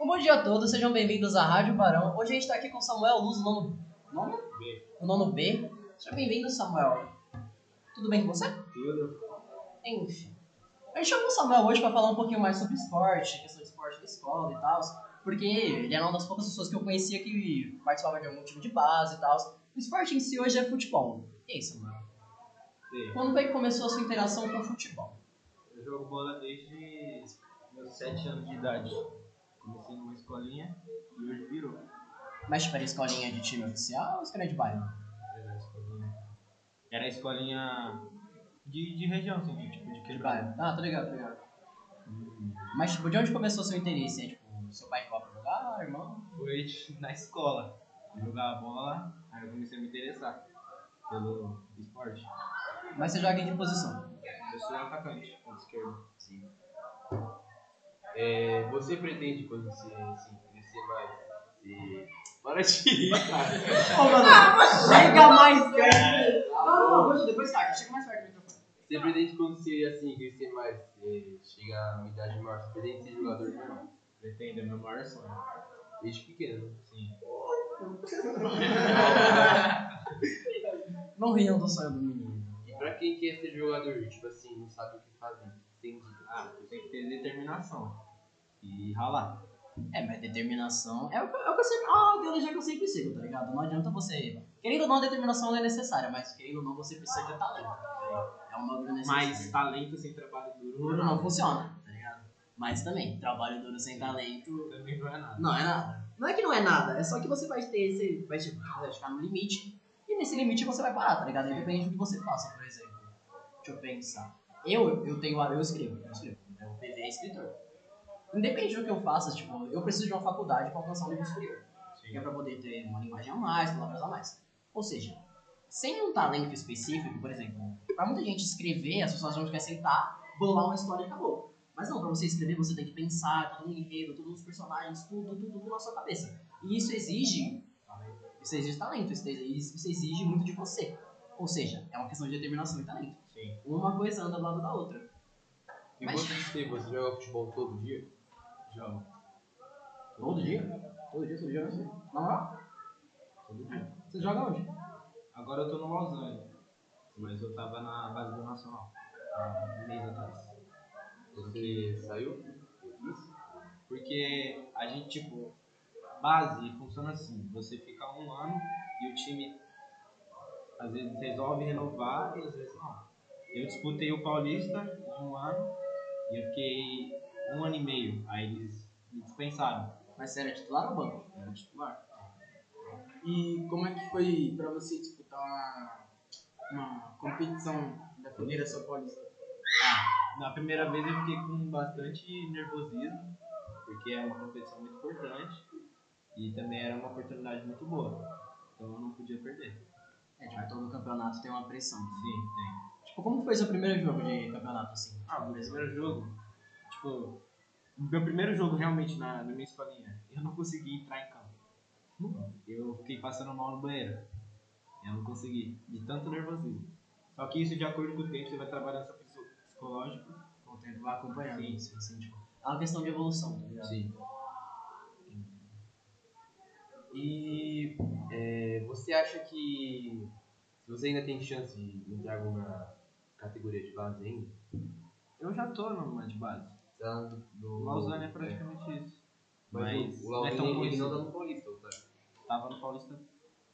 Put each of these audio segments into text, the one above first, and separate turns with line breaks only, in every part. Um bom dia a todos, sejam bem-vindos à Rádio Barão. Hoje a gente tá aqui com Samuel Luz, o nono. Nono?
B.
O nono B. Seja bem-vindo, Samuel. Tudo bem com você?
Tudo.
Enfim. A gente chamou o Samuel hoje pra falar um pouquinho mais sobre esporte, questão de esporte na escola e tal. Porque ele era uma das poucas pessoas que eu conhecia que participava de algum time de base e tal. O esporte em si hoje é futebol. E aí, Samuel?
B.
Quando foi que começou a sua interação com o futebol?
Eu jogo bola desde meus 7 anos de idade. Comecei numa escolinha e hoje virou.
Mas tipo, era escolinha de time oficial ou escolinha de bairro?
Era a escolinha. Era a escolinha de, de região, assim, de, tipo, de
De
quebrada.
bairro. Ah, tá ligado, tá ligado. Mas, tipo, de onde começou seu interesse? É, tipo, seu pai que vai pra jogar, irmão?
Foi na escola. Eu jogava bola, aí eu comecei a me interessar pelo esporte.
Mas você joga em que posição?
Eu sou atacante, ponto esquerdo. Sim. É, você pretende quando você se crescer mais? Se... Para de rir, cara.
Ô, mano, chega mais perto! Não, não, não, depois saca, chega mais perto do microfone.
Você pretende quando você assim, crescer mais, você chegar a uma idade maior, você pretende ser jogador de futebol?
Pretendo, é meu maior sonho.
Desde pequeno.
Sim.
Não riam do sonho do menino.
E pra quem quer ser jogador, tipo assim, não sabe o que fazer, assim. tem dicas.
Ah, tem que ter determinação. E ralar.
É, mas determinação é o que, é o que eu sempre. Ah, a ideologia que eu sempre sigo, tá ligado? Não adianta você. Querendo ou não, a determinação não é necessária, mas querendo ou não, você precisa de talento. É um bagulho necessário.
Mas talento sem trabalho duro
Duro não funciona, tá ligado? Mas também, trabalho duro sem talento
também não é nada.
Não é nada. Não é que não é nada, é só que você vai ter esse. Vai, te- vai ficar no limite. E nesse limite você vai parar, tá ligado? Independente do que você faça, por exemplo. Deixa eu pensar. Eu, eu tenho. a- Eu escrevo, eu escrevo. Então, o PV é escritor. Independente do que eu faça, tipo, eu preciso de uma faculdade pra alcançar o nível superior. Que é pra poder ter uma linguagem a mais, palavras a mais. Ou seja, sem um talento específico, por exemplo, pra muita gente escrever, as pessoas vão quer sentar, bolar uma história e acabou. Mas não, pra você escrever, você tem que pensar, todo um enredo, todos os personagens, tudo, tudo, tudo na sua cabeça. E isso exige. Isso exige talento, isso exige, isso exige muito de você. Ou seja, é uma questão de determinação e talento.
Sim.
Uma coisa anda do lado da outra.
E
Mas-
você, você joga futebol todo dia?
Jogo.
Todo dia? Todo dia, todo dia, eu sei. Na moral?
Todo dia.
Você joga onde?
Agora eu tô no Los Angeles. Mas eu tava na base do Nacional. há Um mês atrás.
Você saiu?
Porque a gente, tipo, base funciona assim. Você fica um ano e o time às vezes resolve renovar e às vezes não. Eu disputei o Paulista de um ano e eu fiquei um ano e meio. Aí eles me dispensaram.
Mas você era titular ou banco?
Eu era titular.
E como é que foi pra você
tipo, tá
disputar uma, uma competição da Federação Paulista?
Na primeira vez eu fiquei com bastante nervosismo, porque é uma competição muito importante e também era uma oportunidade muito boa. Então eu não podia perder.
É, tipo, todo campeonato tem uma pressão.
Sim, tem.
Tipo, como foi seu primeiro jogo de campeonato, assim?
Ah, o primeiro jogo, tipo, meu primeiro jogo realmente na, na minha escolinha, eu não consegui entrar em campo. Eu fiquei passando mal no banheiro. Eu não consegui, de tanto nervosismo. Só que isso, de acordo com o tempo, você vai trabalhando seu psico- psicológico.
Com o tempo vai acompanhando.
Sim.
Sim, sim, tipo, é uma questão de evolução, tá ligado?
Sim.
E é, você acha que você ainda tem chance de entrar em alguma categoria de base ainda?
Eu já tô numa de base.
Você tá no,
O
no-
Lausanne é
é.
praticamente isso.
Mas
Mas
o
não é
Lausanne
tão
ele não tá
conhecido.
no Paulista, tá?
Tava no Paulista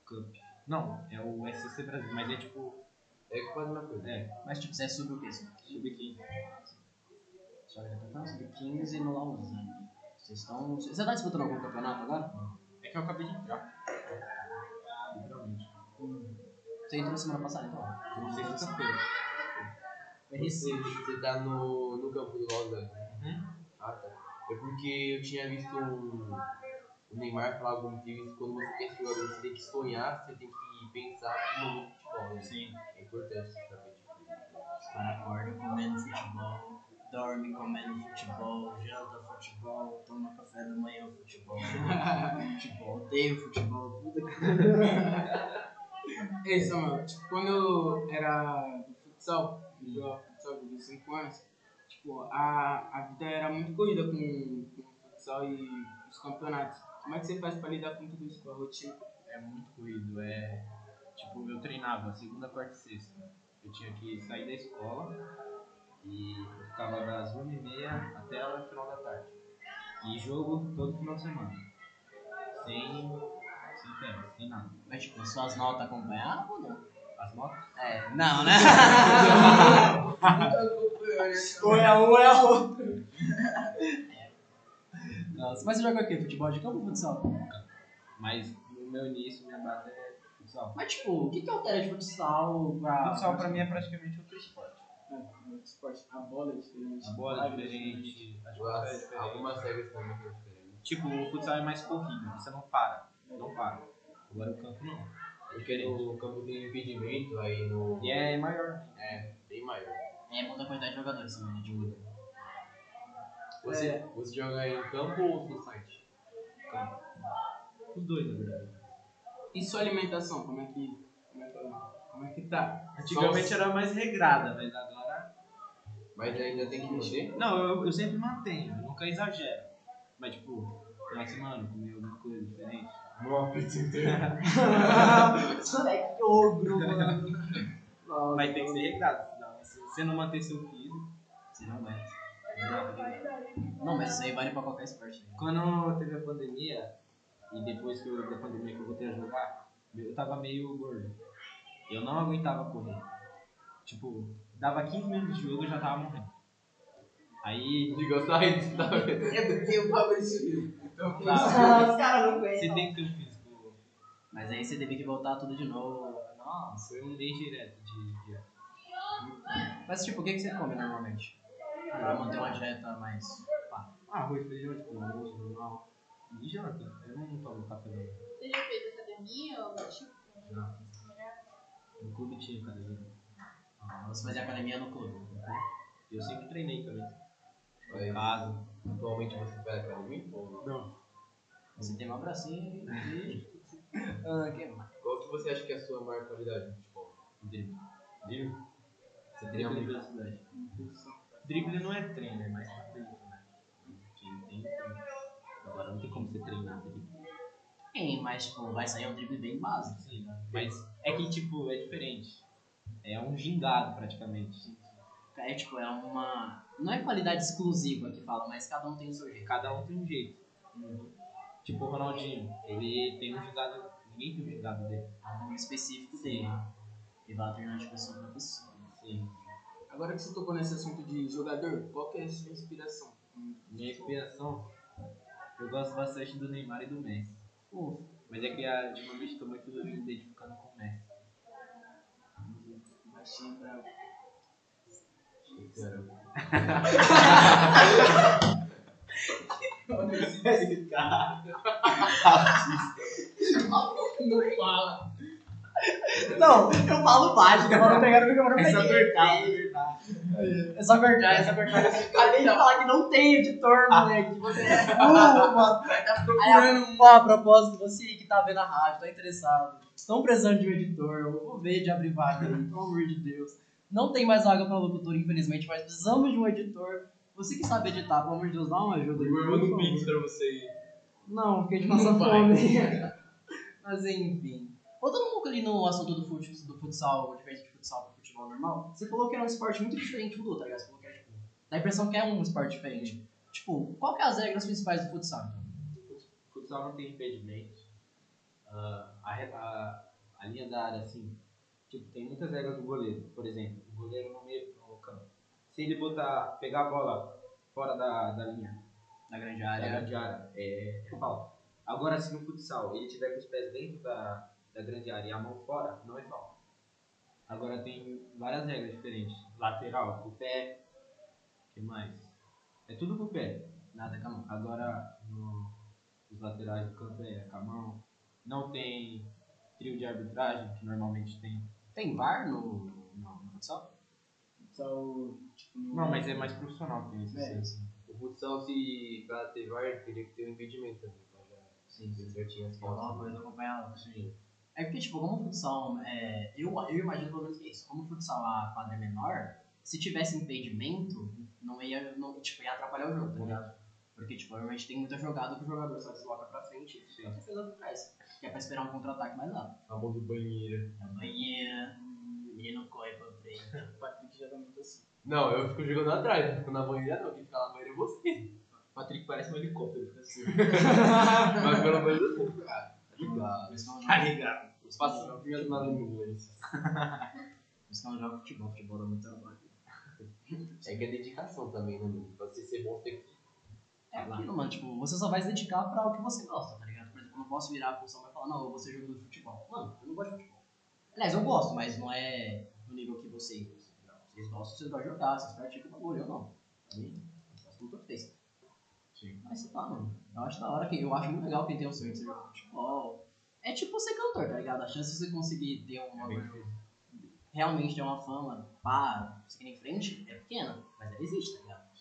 Cup. Não, é o SCC Brasil, mas é tipo,
É quase uma coisa.
é,
Mas tipo, você é sub o quê? Sub
sub-15.
só já tá falando sub 15 no Lausanne. Vocês estão. Você tá disputando algum campeonato agora?
É que eu acabei de entrar. Literalmente.
Você entrou semana passada, então. É
Sexta-feira.
Você, você tá no, no campo do Lausanne.
Uhum.
Ah, tá. É porque eu tinha visto um, o Neymar falar algum motivo que quando você quer ser jogador, você tem que sonhar, você tem que pensar no momento de futebol, né?
Sim.
É importante você saber tipo, de
Os caras acordam comendo futebol, dorme comendo futebol, janta futebol, toma café da manhã futebol, futebol, odeio futebol, tudo que
É isso, mano. Tipo, quando eu era do futsal, eu jogava futsal com 5 anos, tipo, a, a vida era muito corrida com, com o futsal. futsal e os campeonatos. Como é que você faz pra lidar com tudo isso, com a rotina?
É muito corrido, é. Tipo, eu treinava segunda, quarta e sexta. Eu tinha que sair da escola e eu ficava das 1h30 até o final da tarde. E jogo todo final de semana. Sem. Sem tempo, sem nada.
Mas tipo, suas notas acompanhavam ou não?
As notas?
É. Não, né?
Ou
é um ou é outro. É. Nossa, mas você joga o quê? Futebol de campo ou futsal?
Mas no meu início, minha base é futsal.
Mas tipo, o que que altera de futsal pra...
Futsal pra mim é praticamente outro esporte.
esporte, a bola é diferente.
A bola é diferente, as coisas é
Algumas,
diferente.
algumas regras também são diferentes.
Tipo, o futsal é mais corrido, você não para. Não para. Agora o campo não.
Porque no campo tem impedimento, aí no.
E é maior.
É, bem maior.
É, muda a quantidade de jogadores também, né? Tipo,
Você, você joga em campo ou no site?
Os dois, na verdade.
E sua alimentação, como é que. Como é que, como é que tá?
Antigamente era mais regrada, mas agora.
Mas ainda tem que mexer.
Não, eu, eu sempre mantenho, eu nunca exagero. Mas tipo, final de semana comer alguma coisa diferente.
Moleque, que ogro, mano. Nossa,
Mas tem que ser regrado, senão se você não manter seu físico.
Você não aguenta. Não, mas isso aí vale pra qualquer esporte. né?
Quando teve a pandemia, e depois que eu, da pandemia que eu voltei a jogar, eu tava meio gordo. Eu não aguentava correr. Tipo, dava 15 minutos de jogo e já tava morrendo. Aí
Diga o site, tá vendo?
É porque o Fabrício viu. Então,
Tá.
os caras não
você tem que ter um físico.
Mas aí você teve que voltar tudo de novo. Nossa.
Foi um mês direto de dieta.
Mas tipo, o que, que você come normalmente? Pra manter uma dieta mais...
Arroz, feijão, tipo, almoço normal. E janta. Eu não tomo café da manhã.
Você já fez academia ou tipo,
Já. No clube tinha academia.
Ah, Você fazia academia no clube.
E eu sempre treinei também.
Aí,
Em casa.
Atualmente você pega academia ou não?
Não.
Você tem uma bracinha e... né? ah, que mais?
Qual que você acha que é a sua maior qualidade Tipo, no futebol?
Drible. Drible? Você
Drible.
drible na velocidade. Drible não é treino, é mais treino. Quem tem, tem. Agora não tem como você treinar drible.
Tem, mas tipo, vai sair um drible bem básico.
Sim, mas é que, tipo, é diferente. É um gingado praticamente.
É tipo, é uma... Não é qualidade exclusiva que fala, mas cada um tem o seu jeito.
Cada um tem um jeito. Tipo o Ronaldinho, ele tem um gingado. Ninguém tem um gingado dele.
Cada um específico dele. E vai alternando de pessoa pra pessoa.
Sim.
Agora que você tocou nesse assunto de jogador, qual que é a sua inspiração?
Minha inspiração, eu gosto bastante do Neymar e do Messi. Mas é que ah, ultimamente estou muito me identificando com o Messi.
Baixinho pra.
Sincero.
Não fala.
Não, eu falo baixo, que eu vou pegar no microfone. É só cortar. É só cortar, é só cortar. Acabei de falar que não tem editor, moleque. Você é burro, mano. Aí, ó, a propósito, você que tá vendo a rádio, tá interessado. Estão precisando de um editor, eu vou ver de abrir vaga, pelo amor de Deus. Não tem mais vaga pra locutor, infelizmente, mas precisamos de um editor. Você que sabe editar, pelo amor de Deus, dá uma ajuda aí. por favor.
pra você aí.
Não, porque a gente passa
Não vai.
fome. Mas enfim. Voltando um pouco ali no assunto do, fut, do futsal, diferente de futsal pro futebol normal, você falou que era um esporte muito diferente do outro, tá ligado? Você falou que era, tipo, dá a impressão que é um esporte diferente. Tipo, qual que é as regras principais do futsal? então?
Futsal não tem impedimento. Ah, a, re- a- a linha da área, assim, tipo, tem muitas regras do goleiro. Por exemplo, o goleiro no meio do campo. Se ele botar, pegar a bola fora da, da linha,
Na grande
da
área.
grande área, é, é falta. Agora, se no futsal ele tiver com os pés dentro da, da grande área e a mão fora, não é falta. Agora tem várias regras diferentes. Lateral, com o pé, o que mais? É tudo com o pé.
Nada, calma.
Agora, no, os laterais do campo é com a mão. Não tem trio de arbitragem, que normalmente tem.
Tem VAR no, no, no futsal?
Só
Não, mas é mais profissional que isso.
É.
assim.
O futsal, se pra ter VAR, teria que ter um impedimento também. pra já
Sim,
ter certinho as
Alguma
fotos.
coisa acompanhava. É porque, tipo, como o futsal, é, eu, eu imagino pelo menos que é isso. Como o futsal a quadra é menor, se tivesse impedimento, não ia, não, tipo, ia atrapalhar o jogo, tá ligado? Porque, tipo, realmente tem muita jogada que o jogador só desloca pra frente e
Sim.
a defesa pra trás. Que é pra esperar um contra-ataque É mais rápido.
A mão do banheiro.
Na banheira, um menino corre pra frente.
O Patrick já tá muito assim.
Não, eu fico jogando atrás, não fico na banheira não, quem fica lá na banheira é você.
Patrick parece um helicóptero, fica assim.
Mas pelo menos eu tô, cara. Tá ligado.
Por isso que eu não
Tá
jogo-
ligado?
por isso que eu não
Passa
jogo-
o primeiro nada em inglês.
por isso que eu não jogo futebol, futebol dá muito trabalho.
É que é dedicação também, né, mano? Pra você ser bom, você tem que.
É aquilo, mano. Tipo, você só vai se dedicar pra o que você gosta, tá ligado? Por exemplo, eu não posso virar a função e falar, não, eu vou ser jogador de futebol. Mano, eu não gosto de futebol. Aliás, eu gosto, mas não é no nível que vocês. Vocês gostam, vocês gostam de jogar, vocês praticam o bagulho, eu não. Pra mim, eu gosto muito que vocês.
Sim.
Mas sei lá, mano. Eu acho da hora que. Eu acho muito legal quem tem o sonho de ser jogador de futebol. É tipo ser cantor, tá ligado? A chance de você conseguir ter uma. realmente ter uma fama para seguir em frente é pequena, mas ela existe, tá ligado?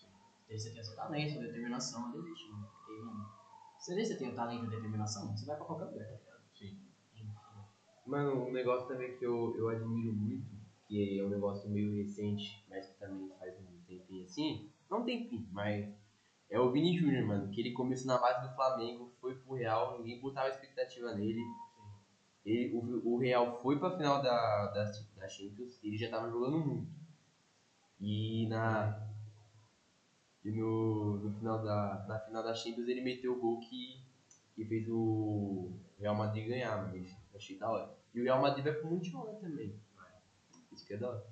Desde que você tenha seu talento, sua determinação, ela existe, mano. Porque, mano, se desde que você tem o talento e a determinação, você vai pra qualquer lugar, tá ligado?
Sim.
Mano, um negócio também que eu, eu admiro muito, que é um negócio meio recente, mas que também faz um tempinho assim. Não um tempinho, mas. É o Vini Júnior, mano, que ele começou na base do Flamengo, foi pro Real, ninguém botava expectativa nele. Ele, o, o Real foi pra final da, da, da Champions e ele já tava jogando muito. E na. E no, no final da, na final da Champions ele meteu o gol que, que fez o Real Madrid ganhar, mas achei da hora. E o Real Madrid vai pro Mundial né, também. Isso que é da hora.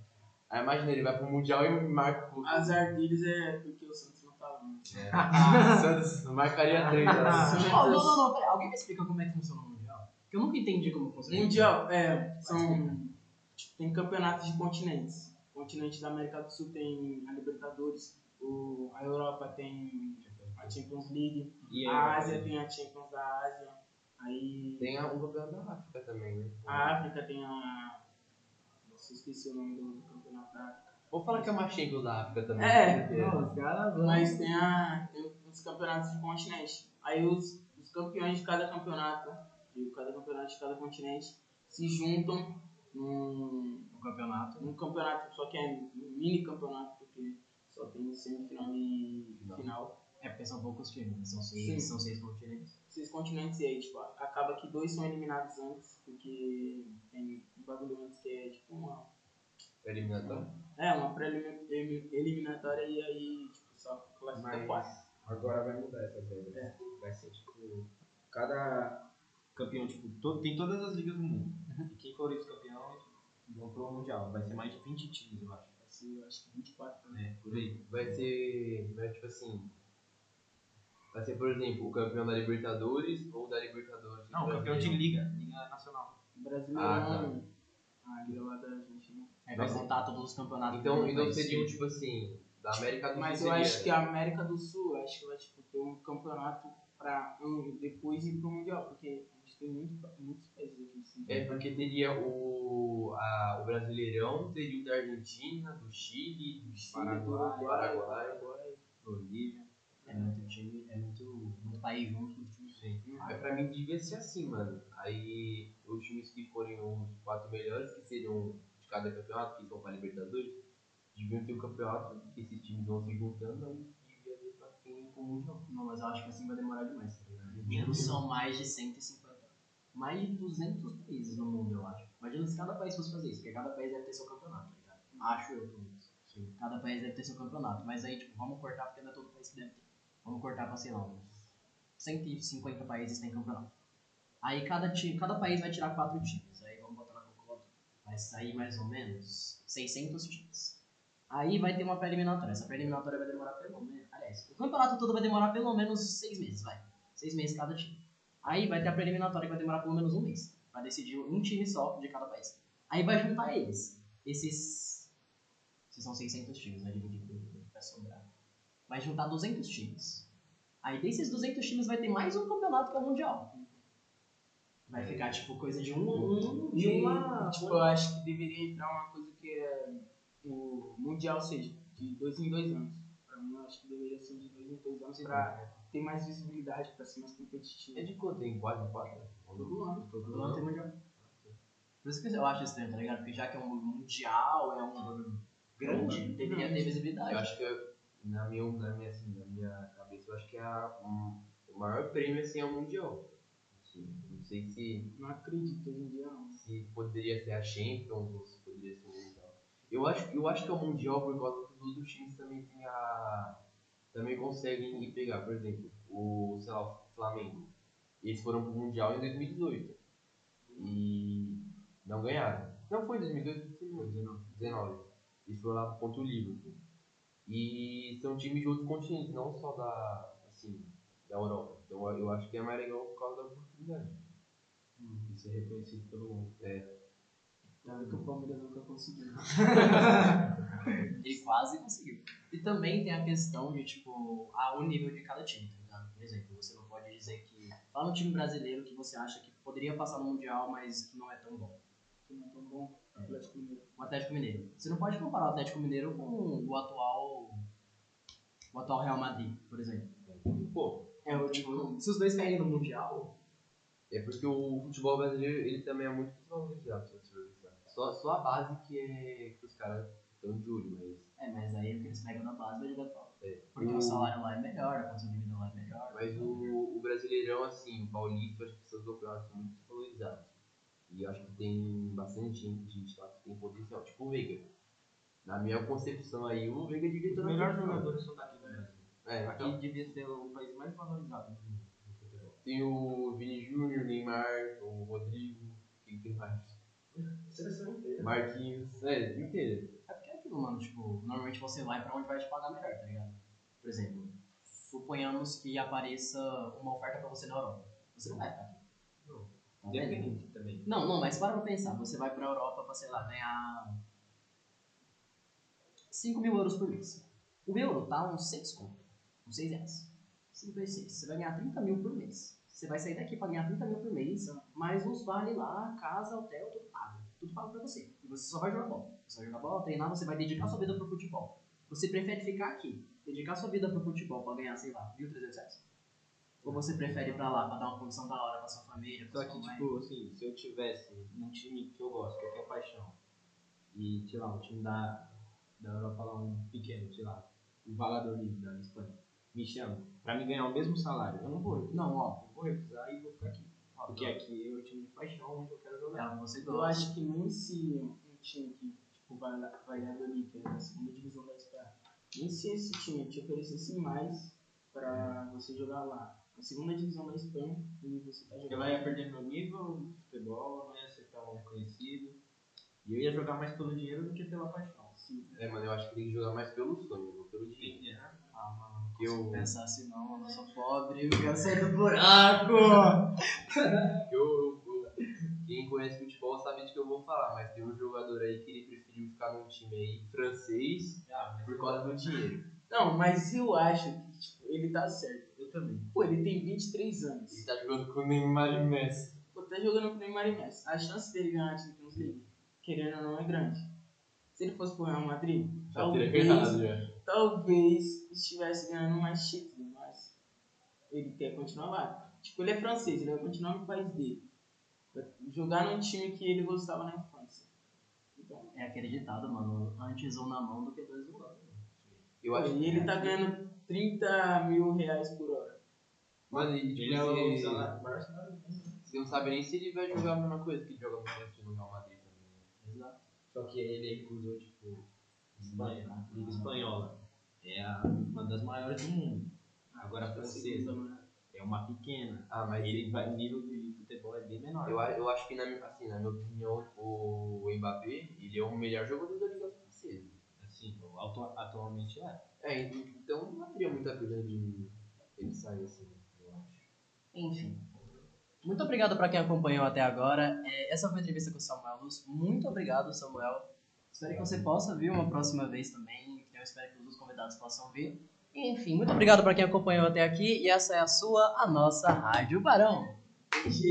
Aí imagina, ele vai pro Mundial e marca o.
Azar deles é porque o Santos não tá vindo.
Santos marcaria três. né?
Não, não, não, não, pera, alguém me explica como é que funciona o Mundial? Porque eu nunca entendi como funciona. o
Mundial, é, são. tipo, Tem campeonatos de continentes. O continente da América do Sul tem a Libertadores, o, a Europa tem a Champions League,
E
a Ásia tem a Champions da Ásia, aí
Tem a- um campeonato da África também, né?
a África tem a. Nossa, eu esqueci o nome do, do campeonato da África.
Vou falar que é uma Champions da África também. né,
É,
porque-
Não, os caras vão.
Mas tem, a, tem os campeonatos de continente. Aí os, os campeões de cada campeonato, de cada campeonato de cada continente, se juntam num,
O campeonato.
um campeonato, só que é um mini campeonato, porque só tem semifinal e
Não.
final.
É porque são poucos times, né? são
Sim.
seis, são seis continentes.
Seis continentes e aí, tipo, acaba que dois são eliminados antes, porque tem um bagulho antes que é tipo uma.
Eliminatório.
É, uma pré-eliminatória e aí, tipo, só classifica
É
Mas-
quatro.
Agora vai mudar essa regra. né? Vai ser tipo. Cada campeão, tipo, to- tem todas as ligas do mundo. E quem for esse campeão vão pro Mundial. Vai ser mais de 20 times, eu acho.
Vai ser, eu acho que 24 também.
É, por aí.
Vai ser. Vai tipo assim. Vai ser, por exemplo, o campeão da Libertadores ou da Libertadores.
É. Não, campeão de liga. Liga Nacional.
Brasileirão.
Ah,
Ah, ele é lá da Argentina.
Aí vai
Nossa.
contar todos os campeonatos.
é- Então,
do
então
país.
seria tipo assim. Da América do Sul.
Mas eu
seria-
acho que a América do Sul, eu acho que vai tipo, ter um campeonato pra um, depois ir pro Mundial, porque a gente tem muito, muitos países aqui. assim.
É porque teria o. a- o Brasileirão, teria o da Argentina, do Chile, do Chile,
Paraguai,
do Paraguai.
Bolívia.
É muito time, é muito, muito país junto. muito time.
Aí É, pra mim devia ser assim, mano. Aí os times que forem os quatro melhores, que seriam um de cada campeonato, que são pra Libertadores, deviam ter o campeonato, que esses times vão se juntando, aí devia ter pra quem ir pro Mundial.
é Não, mas eu acho que assim vai demorar demais, tá
né?
ligado? Imagina, são mais de 150, mais de 200 países no mundo, eu acho. Imagina se cada país fosse fazer isso, porque cada país deve ter seu campeonato, tá ligado? Acho eu, pelo menos. Cada país deve ter seu campeonato, mas aí, tipo, vamos cortar porque não é todo país que deve ter. Vamos cortar pra, sei lá, uns 150 países tem campeonato. Aí cada, time, cada país vai tirar quatro times, aí vamos botar na calculadora. Vai sair mais ou menos 600 times. Aí vai ter uma pré-eliminatória. Essa pré-eliminatória vai demorar pelo menos. Aliás, o campeonato todo vai demorar pelo menos seis meses, vai. Seis meses cada time. Aí vai ter a pré-eliminatória que vai demorar pelo menos um mês. Vai decidir um time só de cada país. Aí vai juntar eles. Esses. Esses são 600 times, né, vai dividir por vai sobrar. Vai juntar 200 times. Aí desses 200 times vai ter mais um campeonato que é o Mundial. Vai ficar tipo coisa de um a um
E
de uma.
uma, tipo, eu acho que deveria entrar uma coisa que é o Mundial, ou seja, de dois em dois anos. Pra mim, eu acho que deveria ser de dois em dois anos pra ter mais visibilidade, pra ser mais competitivo.
É de quanto? Tem quase quatro?
Todo ano.
Todo
Não
ano.
tem mundial. Por isso que eu acho estranho, tá ligado? Porque já que é um mundial, é um
é.
bagulho grande, deveria ter
Grande.
visibilidade.
Eu acho que eu- na minha, na minha, assim, na minha cabeça eu acho que a, um, o maior prêmio assim, é o Mundial. Assim, não sei se,
Não acredito hoje em dia, não.
se poderia ser a Champions ou se poderia ser o Mundial. Eu acho, eu acho que é o Mundial por causa que os outros times também tem a. também conseguem ir pegar. Por exemplo, o, sei lá, o Flamengo. Eles foram pro Mundial em 2018. E não ganharam. Não foi em 2018, foi em 2019. Eles foram lá contra o Liverpool. E são times de outros continentes, não só da, assim, da Europa. Então eu acho que é mais legal por causa da oportunidade. É,
de ser reconhecido pelo mundo.
Nada que o Palmeiras nunca conseguiu.
Ele quase conseguiu. E também tem a questão de, tipo, ah, o nível de cada time, tá ligado? Por exemplo, você não pode dizer que. Fala um time brasileiro que você acha que poderia passar no Mundial, mas que não é tão bom.
Que não é tão bom. Atlético Mineiro.
O Atlético Mineiro. Você não pode comparar o Atlético Mineiro com o atual. O atual Real Madrid, por exemplo.
Pô,
É, o, tipo, se os dois caírem no Mundial.
é porque o futebol brasileiro ele também é muito né, desvalorizado, se você for pensar. Só, só a base que, é, que os caras estão de olho, mas.
É, mas aí o que eles pegam na base vai jogar fora.
É.
Porque
O-
o salário lá é melhor, a condição de vida lá é melhor.
Mas o, o brasileirão, assim, o paulista, as pessoas do Brasil são muito desvalorizadas. E eu acho que tem bastante gente, gente lá que tem potencial, tipo o Veiga. Na minha concepção aí, o Veiga é devia
Os
estar na
melhores
seleção.
jogadores são daqui do Brasil.
É,
Aqui
então,
devia ser o país mais valorizado do mundo. no futebol.
tem o Vini Júnior, o Neymar, o Rodrigo, quem tem mais?
Seleção inteira.
Marquinhos, é, inteira.
É porque é aquilo, mano, tipo, normalmente você vai pra onde vai te pagar melhor, tá ligado? Por exemplo, suponhamos que apareça uma oferta pra você na Europa. Você não vai ficar aqui.
Não.
Tá vendo?
Independente também.
Não, não, mas para pra pensar. Você vai pra Europa pra, sei lá, ganhar 5 mil euros por mês. O euro tá uns 6 conto, uns 6 reais. 5 vezes 6. Você vai ganhar 30 mil por mês. Você vai sair daqui pra ganhar 30 mil por mês, mais uns vale lá, casa, hotel, tudo pago. Tudo pago pra você. E você só vai jogar bola. Você vai jogar bola, treinar, você vai dedicar sua vida pro futebol. Você prefere ficar aqui, dedicar sua vida pro futebol pra ganhar, sei lá, 1.300 reais? Ou você prefere ir pra lá pra dar uma condição da hora pra sua família? Pra
Só
sua
que,
mãe?
tipo, assim, se eu tivesse um time que eu gosto, que eu tenho paixão, e, sei lá, um time da, da Europa lá, um pequeno, sei lá, o Valladolid da Espanha, me chama pra me ganhar o mesmo salário, eu não vou.
Não, ó.
Eu vou recusar e vou ficar aqui. Porque aqui é o time de paixão onde eu quero jogar.
Ela você
Eu
gosta.
acho que nem se um time que, tipo, vai lá, vai lá do Liga, na segunda divisão da Espanha, nem se esse time te oferecesse mais pra você jogar lá, na segunda divisão da Espanha, e você tá
Eu
jogando.
ia perder meu nível de futebol, não ia ser tão conhecido. E eu ia jogar mais pelo dinheiro do que pela paixão.
Sim.
É, mano, eu acho que tem que jogar mais pelo sonho, não pelo dinheiro.
Ah, mano,
Eu-
eu pensar assim, não, mano, eu sou pobre, eu quero sair do buraco.
Eu, eu- eu- quem conhece futebol sabe de que eu vou falar, mas tem um jogador aí que ele preferiu ficar num time aí francês por causa do dinheiro.
Não, mas eu acho que tipo, ele tá certo.
Eu também.
Pô, ele tem 23 anos.
Ele tá jogando com o Neymar e o Messi.
Pô, tá jogando com o Neymar e Messi. A chance dele ganhar a Champions League, querendo ou não, é grande. Se ele fosse pro Real Madrid,
Tá
Já
um
teria
talvez,
ganhado, já.
talvez estivesse ganhando mais título, mas ele quer continuar lá. Tipo, ele é francês, ele vai continuar no país dele. Vai Jogar num time que ele gostava na infância. Então,
É aquele ditado, mano, antes um na mão do que dois no ano.
Eu
pô,
acho
e
que é.
ele tá ganhando 30 mil reais por hora.
Mano, e, tipo,
Ele é o
você,
salário maior salário. do mundo.
você não sabe nem se ele vai jogar a mesma coisa que ele joga no Messi no Real Madrid também. né?
Exato.
Só que ele recusou, tipo, Espanha, né? Liga Espanhola. É a- uma das maiores do mundo. Agora a francesa é uma pequena.
Ah, mas
Ele
ele
vai, o nível de futebol é bem menor.
eu, a- eu acho que, na, minha- assim, na minha opinião, o Mbappé, ele é o melhor jogador da Liga Francesa.
Assim, eu auto- atualmente é.
É, então não teria muita coisa de ele sair assim, eu acho.
Enfim. Muito obrigado pra quem acompanhou até agora. É, essa foi a entrevista com o Samuel Luz. Muito obrigado, Samuel. Espero que você possa vir uma próxima vez também. Eu espero que os outros convidados possam vir. Enfim, muito obrigado pra quem acompanhou até aqui. E essa é a sua, a nossa Rádio Barão.